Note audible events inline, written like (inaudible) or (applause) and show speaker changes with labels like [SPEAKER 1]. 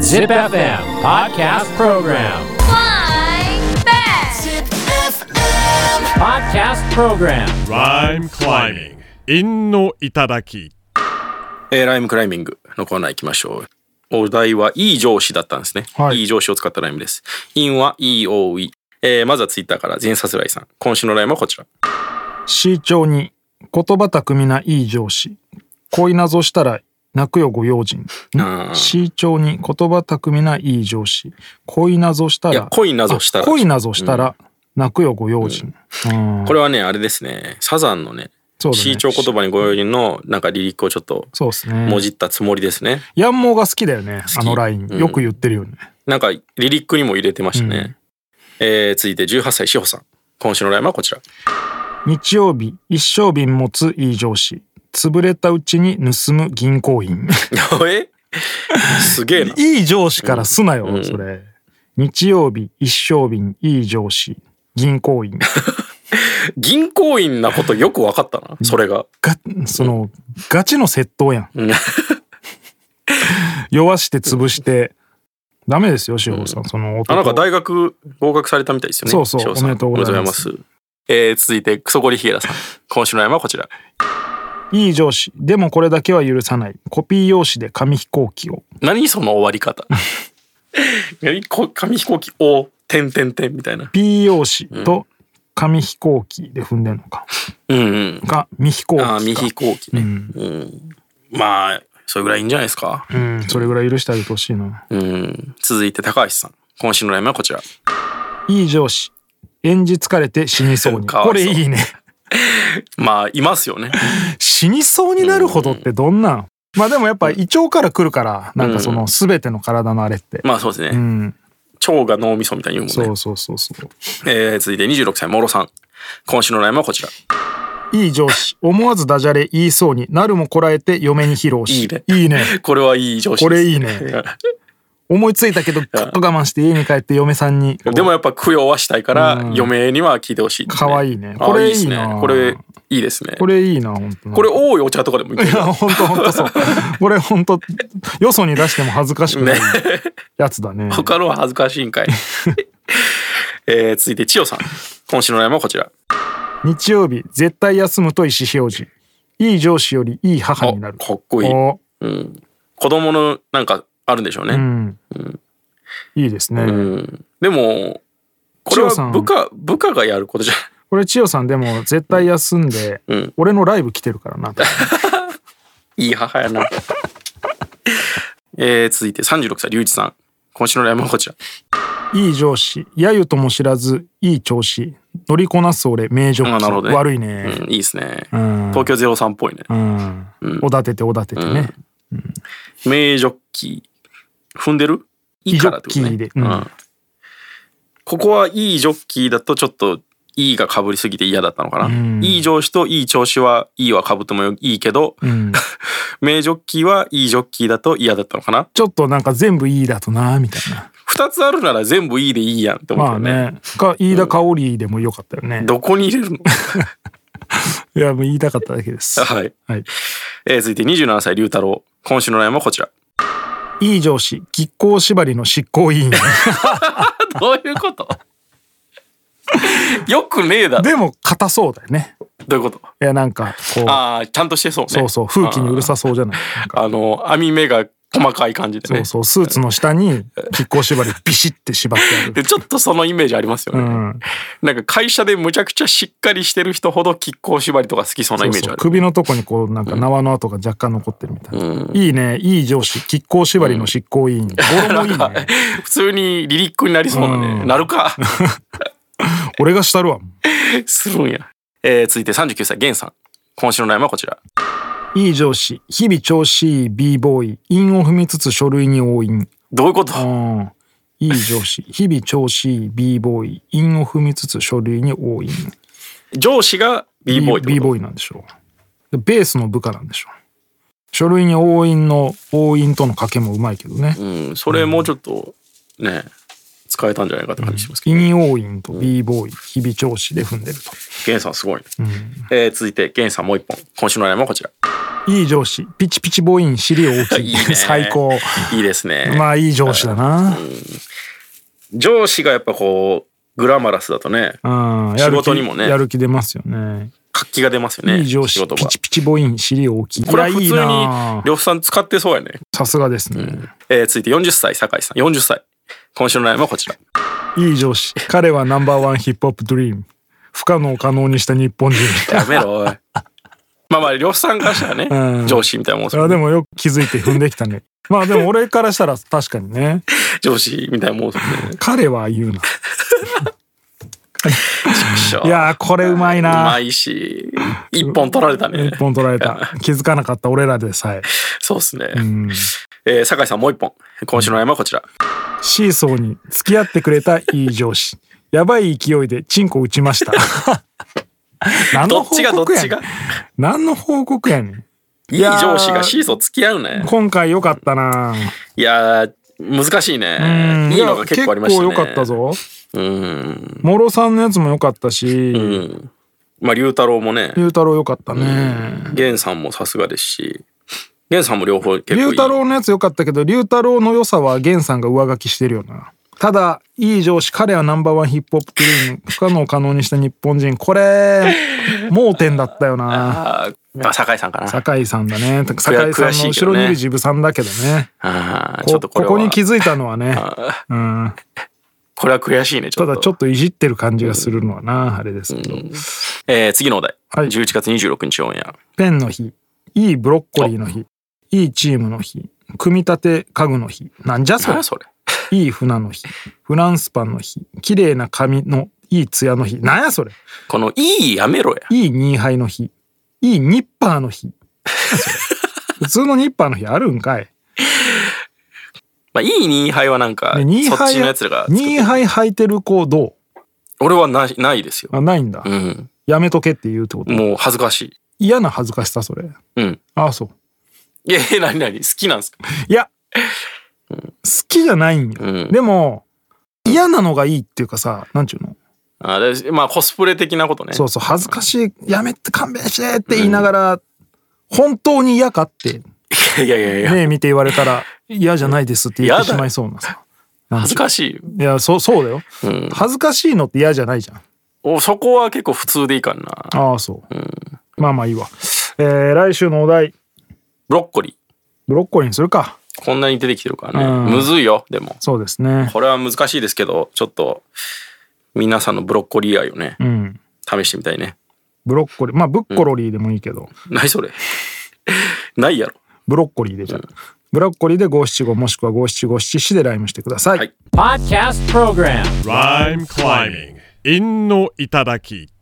[SPEAKER 1] Zip FM Podcast Program.
[SPEAKER 2] Flying back.
[SPEAKER 1] Podcast Program.
[SPEAKER 3] Rhyme climbing. 陰の頂き。
[SPEAKER 4] えーライムクライミングのコーナー行きましょう。お題は、いい上司だったんですね。
[SPEAKER 5] はい
[SPEAKER 4] い、い上司を使ったライムです。インは、いいおうい。えーまずはツイッターから、全さすらいさん。今週のライムはこちら。
[SPEAKER 5] C 長に言葉巧みないい上司恋謎したら泣くよご用心
[SPEAKER 4] うん
[SPEAKER 5] C 長に言葉巧みないい上司恋謎した
[SPEAKER 4] い
[SPEAKER 5] ら
[SPEAKER 4] や恋謎したら
[SPEAKER 5] あ恋謎したら泣くよご用心、うん
[SPEAKER 4] これはね、あれですね。サザンのね、
[SPEAKER 5] そうだね
[SPEAKER 4] C 調言葉にご用意の、なんかリリックをちょっと、
[SPEAKER 5] そうですね
[SPEAKER 4] もじったつもりですね。
[SPEAKER 5] ヤンモーが好きだよね
[SPEAKER 4] 好き
[SPEAKER 5] あのライン、
[SPEAKER 4] うん
[SPEAKER 5] よく言ってるよね
[SPEAKER 4] なんか、リリックにも入れてましたね。
[SPEAKER 5] うん
[SPEAKER 4] えー続いて、18歳、しほさん。今週のライムはこち
[SPEAKER 5] (laughs)
[SPEAKER 4] ら。
[SPEAKER 5] 日曜日一升瓶持ついい上司潰れたうちに盗む銀行員
[SPEAKER 4] えすげえな。
[SPEAKER 5] いい上司からすなよ、
[SPEAKER 4] うん
[SPEAKER 5] それ日曜日一升瓶いい上司銀行員
[SPEAKER 4] 銀行員なことよくわかったな、それが。
[SPEAKER 5] が (laughs) そのガチの窃盗や
[SPEAKER 4] (laughs)
[SPEAKER 5] ん
[SPEAKER 4] うん
[SPEAKER 5] 酔わして潰してダメですよ志保さん、その男
[SPEAKER 4] あなんか大学合格されたみたいですよね。
[SPEAKER 5] そうそう
[SPEAKER 4] 翔さん
[SPEAKER 5] おめでとうございます
[SPEAKER 4] おめでとうございます。えー、続いて、クソゴリヒゲ
[SPEAKER 5] (laughs)
[SPEAKER 4] ラさん。今週の山はこちら。
[SPEAKER 5] いい上司でもこれだけは許さないコピー用紙で紙飛行機を
[SPEAKER 4] 何その終わり
[SPEAKER 5] (laughs)
[SPEAKER 4] 方。えこ紙飛行機、お、てんてんてんみたいな。
[SPEAKER 5] P 用紙と紙飛行機で踏んでるのか、
[SPEAKER 4] うんうん。
[SPEAKER 5] が未飛行機か
[SPEAKER 4] あー、未飛行機ね。
[SPEAKER 5] う
[SPEAKER 4] うん
[SPEAKER 5] ん、
[SPEAKER 4] まあ、それぐらいいいんじゃないですか。
[SPEAKER 5] うん、それぐらい許してあげてほしいな
[SPEAKER 4] うん。続いて、高橋さん。今週の山はこちら。
[SPEAKER 5] いい上司演じ疲れて死にそうに
[SPEAKER 4] (laughs) かわいそう
[SPEAKER 5] これいいね
[SPEAKER 4] まあ、いますよね。
[SPEAKER 5] 死にそうになるほどってどんなんまあでもやっぱ胃腸から来るからなんかその全ての体のあれって
[SPEAKER 4] まあ、そうですね。
[SPEAKER 5] うん
[SPEAKER 4] 腸が脳みそみたいに言うもんね。
[SPEAKER 5] そうそうそうそう
[SPEAKER 4] えー、続いて26歳、もろさん。今週のラインはこちら。
[SPEAKER 5] いい上司思わずダジャレ言いそうになるもこらえて嫁に披露し
[SPEAKER 4] いいね
[SPEAKER 5] いいね
[SPEAKER 4] これはいい上司です。
[SPEAKER 5] これいいね
[SPEAKER 4] (laughs)
[SPEAKER 5] 思いついたけどぐっと我慢して家に帰って嫁さんに
[SPEAKER 4] でもやっぱ供養はしたいから、
[SPEAKER 5] うん
[SPEAKER 4] 嫁には聞いてほしいです、
[SPEAKER 5] かわいいね
[SPEAKER 4] あ
[SPEAKER 5] これいい
[SPEAKER 4] です
[SPEAKER 5] な
[SPEAKER 4] これいいですね。
[SPEAKER 5] こ
[SPEAKER 4] これ
[SPEAKER 5] れいいな本当
[SPEAKER 4] 多いお茶とかでもいい
[SPEAKER 5] いや本当本当そうこれ本当よそに出しても恥ずかしくない
[SPEAKER 4] ね (laughs)
[SPEAKER 5] やつだね
[SPEAKER 4] 他のは恥ずかしいんか (laughs) い。えー、続いて千代さん。今週の悩みはこちら。
[SPEAKER 5] 日曜日絶対休むと意思表示いい上司よりいい母
[SPEAKER 4] お
[SPEAKER 5] になる
[SPEAKER 4] かっこいい。
[SPEAKER 5] お
[SPEAKER 4] うん、子供のなんかあるんでしょう
[SPEAKER 5] う
[SPEAKER 4] ね。
[SPEAKER 5] んいいですね、
[SPEAKER 4] うんでもこれ
[SPEAKER 5] 千代さ
[SPEAKER 4] は
[SPEAKER 5] ん
[SPEAKER 4] 部下部下がやることじゃ
[SPEAKER 5] これ千代さんでも絶対休んで、
[SPEAKER 4] うん
[SPEAKER 5] 俺のライブ来てるからな
[SPEAKER 4] (laughs) いい母やな。 (laughs) えー、続いて36歳龍一さん。今週の悩みはこちら。
[SPEAKER 5] いい上司揶揄とも知らずいい調子乗りこなす俺名女
[SPEAKER 4] あなるほどね
[SPEAKER 5] 悪いね、
[SPEAKER 4] うん、いいですね。
[SPEAKER 5] うん
[SPEAKER 4] 東京03っぽいね。
[SPEAKER 5] うんおだてておだててね、
[SPEAKER 4] 名ジョッキー踏んでるいいからってことね
[SPEAKER 5] ジョッキーでうん
[SPEAKER 4] うんここはいいジョッキーだとちょっといいが被りすぎて嫌だったのかな、
[SPEAKER 5] ん
[SPEAKER 4] いい上司といい調子はいいは被ってもいいけど、
[SPEAKER 5] うん
[SPEAKER 4] (laughs) 名ジョッキーはいいジョッキーだと嫌だったのかな
[SPEAKER 5] ちょっとなんか全部いいだとなみたいな
[SPEAKER 4] 2つあるなら全部いいでいいやんって思っ
[SPEAKER 5] ま
[SPEAKER 4] た
[SPEAKER 5] あ
[SPEAKER 4] よね,、
[SPEAKER 5] ねか飯田香織でもよかったよね、
[SPEAKER 4] どこに入れるの (laughs)
[SPEAKER 5] いやもう言いたかっただけです
[SPEAKER 4] はい、
[SPEAKER 5] はい
[SPEAKER 4] えー続いて27歳龍太郎今週の悩みはこちら
[SPEAKER 5] いい上司亀甲縛りの執行委員
[SPEAKER 4] (laughs) どういうこと (laughs) よくねえだろ
[SPEAKER 5] でも硬そうだよね
[SPEAKER 4] どういうこと
[SPEAKER 5] いやなんかこう
[SPEAKER 4] ああちゃんとしてそうね
[SPEAKER 5] そうそう風紀にうるさそうじゃないなんか
[SPEAKER 4] あの網目が細かい感じで (laughs)
[SPEAKER 5] そ
[SPEAKER 4] ね
[SPEAKER 5] うそうスーツの下に亀甲縛りビシッて縛ってある
[SPEAKER 4] でちょっとそのイメージありますよ
[SPEAKER 5] う
[SPEAKER 4] ね、
[SPEAKER 5] ん
[SPEAKER 4] なんか会社でむちゃくちゃしっかりしてる人ほど亀甲縛りとか好きそうな
[SPEAKER 5] そ
[SPEAKER 4] イ
[SPEAKER 5] う
[SPEAKER 4] メージ
[SPEAKER 5] そ
[SPEAKER 4] あ
[SPEAKER 5] う
[SPEAKER 4] る
[SPEAKER 5] 首のとこにこうなんか縄の跡が若干残ってるみたいな、
[SPEAKER 4] う
[SPEAKER 5] いいねいい上司亀甲縛りの執行委員、語 (laughs) 呂もいいね
[SPEAKER 4] 普通にリリックになりそうなね、
[SPEAKER 5] うん
[SPEAKER 4] なるか (laughs)
[SPEAKER 5] 俺がしたるわ
[SPEAKER 4] するんや、えー続いて39歳源さん今週の悩みはこちら
[SPEAKER 5] いい上司日々調子いい b ボーイ韻を踏みつつ書類に押印
[SPEAKER 4] どういうこと
[SPEAKER 5] うんいい上司日々調子いい b ボーイ韻を踏みつつ書類に押印
[SPEAKER 4] 上司が b ボーイって
[SPEAKER 5] b
[SPEAKER 4] こ
[SPEAKER 5] ボーイなんでしょうでベースの部下なんでしょう書類に押印の押印との掛けもうまいけどね
[SPEAKER 4] と、うん、それもうちょっとね使えたんじゃないかって感じしますけ
[SPEAKER 5] イニオーインと b ボーイ日々調子で踏んでると、
[SPEAKER 4] ど。ゲンさんすごい。
[SPEAKER 5] うん
[SPEAKER 4] えー続いて、ゲンさんもう一本。今週の悩みはこちら。
[SPEAKER 5] いい上司ピチピチボーイン尻大きい
[SPEAKER 4] (laughs) いいね
[SPEAKER 5] (laughs) 最高
[SPEAKER 4] いいですね。
[SPEAKER 5] まあいい上司だな、
[SPEAKER 4] 上司がやっぱこう、グラマラスだとね、
[SPEAKER 5] うん
[SPEAKER 4] 仕事にもね
[SPEAKER 5] やる気出ますよね
[SPEAKER 4] 活気が出ますよね。
[SPEAKER 5] いい上
[SPEAKER 4] 仕
[SPEAKER 5] 司
[SPEAKER 4] 事
[SPEAKER 5] ピ
[SPEAKER 4] が。
[SPEAKER 5] チピチボーイン尻大きい
[SPEAKER 4] これはい普
[SPEAKER 5] やいい
[SPEAKER 4] 通に
[SPEAKER 5] な、
[SPEAKER 4] 両夫さん使ってそうやね。
[SPEAKER 5] さすがですね、
[SPEAKER 4] えー続いて40歳、酒井さん。40歳。今週の悩みはこち
[SPEAKER 5] (laughs)
[SPEAKER 4] ら。
[SPEAKER 5] いい上司彼はナンバーワンヒップホップドリーム不可能を可能にした日本人
[SPEAKER 4] やめろ、おい。まあまあ、両夫さんからしたらね、
[SPEAKER 5] うん
[SPEAKER 4] 上司みたいなもんです
[SPEAKER 5] いや
[SPEAKER 4] よ
[SPEAKER 5] で
[SPEAKER 4] ね。
[SPEAKER 5] もよく気づいて踏んできたね (laughs) まあでも俺からしたら確かにね
[SPEAKER 4] 上司みたいなもんですよね。
[SPEAKER 5] 彼は言うな
[SPEAKER 4] くしょ
[SPEAKER 5] いやーこれうまいう
[SPEAKER 4] ま
[SPEAKER 5] ない
[SPEAKER 4] し、一本取られたね
[SPEAKER 5] 一。本取られた気づかなかった俺らでさえ、
[SPEAKER 4] そうですね。
[SPEAKER 5] うん、
[SPEAKER 4] えー酒井さんもう一本。今週の山はこちら。
[SPEAKER 5] シーソーに付き合ってくれたいい上司やばい勢いでチンコ打ちました (laughs) 何
[SPEAKER 4] ど
[SPEAKER 5] の
[SPEAKER 4] っ
[SPEAKER 5] 報
[SPEAKER 4] ちがどっ
[SPEAKER 5] 告や
[SPEAKER 4] ち
[SPEAKER 5] ねん
[SPEAKER 4] が。
[SPEAKER 5] 何の報告やねん
[SPEAKER 4] いい
[SPEAKER 5] やー
[SPEAKER 4] 上司がシーソー付き合うね。
[SPEAKER 5] 今回良かったない
[SPEAKER 4] やー、難しいね
[SPEAKER 5] う。ん
[SPEAKER 4] いいのが結構ありましたね。
[SPEAKER 5] いや結構良かった。ぞ
[SPEAKER 4] うん。
[SPEAKER 5] 諸さんのやつも良かったし、
[SPEAKER 4] うん。まあ、龍太郎もね、
[SPEAKER 5] 龍太郎良かったね。
[SPEAKER 4] 源さんもさすがですし、源さんも両方結構いい。
[SPEAKER 5] 龍太郎のやつ良かったけど、龍太郎の良さは源さんが上書きしてるよな。ただ、いい上司、彼はナンバーワンヒップホップクリーム、不可能を可能にした日本人、これ、盲点だったよな。
[SPEAKER 4] あーあ、酒井さんかな。
[SPEAKER 5] 酒井さんだね。酒井さんの後ろにいるジブさんだけどね。
[SPEAKER 4] あーちょ
[SPEAKER 5] こ
[SPEAKER 4] っとこ
[SPEAKER 5] こ
[SPEAKER 4] れは
[SPEAKER 5] こに気づいたのはね、
[SPEAKER 4] あー
[SPEAKER 5] うん、
[SPEAKER 4] これは悔しいね、ちょ
[SPEAKER 5] た
[SPEAKER 4] っと。
[SPEAKER 5] だちょっといじってる感じがするのはな、あれですけど。
[SPEAKER 4] えー次のお題。
[SPEAKER 5] はい
[SPEAKER 4] 11月26日オンエア。
[SPEAKER 5] ペンの日、いいブロッコリーの日、いいチームの日、組み立て家具の日、なんじゃそれ
[SPEAKER 4] 何。それ。
[SPEAKER 5] いい船の日、フランスパンの日、綺麗な髪のいい艶の日、なんやそれ。
[SPEAKER 4] この、いいやめろや。
[SPEAKER 5] いいニーハイの日、いいニッパーの日。な
[SPEAKER 4] (laughs)
[SPEAKER 5] んやそれ普通のニッパーの日あるんかい。
[SPEAKER 4] まあ、いいニーハイはなんか、そ
[SPEAKER 5] ね
[SPEAKER 4] っ
[SPEAKER 5] ニーハ
[SPEAKER 4] ち
[SPEAKER 5] イ、
[SPEAKER 4] のやつらが作っ
[SPEAKER 5] ニ
[SPEAKER 4] て
[SPEAKER 5] ーハイ履いてる子ど
[SPEAKER 4] 俺はないないですよ
[SPEAKER 5] う。あ、ないんだ
[SPEAKER 4] う。ん。
[SPEAKER 5] やめとけって言うってこと。
[SPEAKER 4] もう恥ずかしい。
[SPEAKER 5] 嫌な恥ずかしさ、それ。
[SPEAKER 4] うん。
[SPEAKER 5] あ、そう。
[SPEAKER 4] いやいや、何何好きなんですか
[SPEAKER 5] いや、好きじゃないんよ。
[SPEAKER 4] うん
[SPEAKER 5] でも、嫌なのがいいっていうかさ、なんちゅうの
[SPEAKER 4] あでまあ、コスプレ的なことね。
[SPEAKER 5] そうそう、恥ずかしい、やめて勘弁してって言いながら、本当に嫌かって、
[SPEAKER 4] いやいやいや、
[SPEAKER 5] 目見て言われ
[SPEAKER 4] (laughs)
[SPEAKER 5] たら、嫌じゃないですって言ってしまいそうなさ。
[SPEAKER 4] 恥ずかしいよ。
[SPEAKER 5] いや、そう、そうだよ。
[SPEAKER 4] うん。
[SPEAKER 5] 恥ずかしいのって嫌じゃないじゃん。
[SPEAKER 4] おそこは結構普通でいいからな。
[SPEAKER 5] ああ、そう。まあまあいいわ。えー、来週のお題、
[SPEAKER 4] ブロッコリ
[SPEAKER 5] ブロッコリーにするか。
[SPEAKER 4] ー。こんなに出てきてるからね。
[SPEAKER 5] うん
[SPEAKER 4] むずいよ、でも。
[SPEAKER 5] そうですね。
[SPEAKER 4] これは難しいですけど、ちょっと、皆さんのブロッコリー愛をね、
[SPEAKER 5] うん。
[SPEAKER 4] 試してみたいね。
[SPEAKER 5] ブロッコリー、まあ、ブッコロリーでもいいけど、
[SPEAKER 4] ないそれ。 (laughs) ないやろ。
[SPEAKER 5] ブロッコリーでじゃあ。ブロッコリーで五七五もしくは五七五七七でライムしてください
[SPEAKER 4] はい
[SPEAKER 1] Podcast Program.
[SPEAKER 3] Rhyme climbing. 陰の頂き。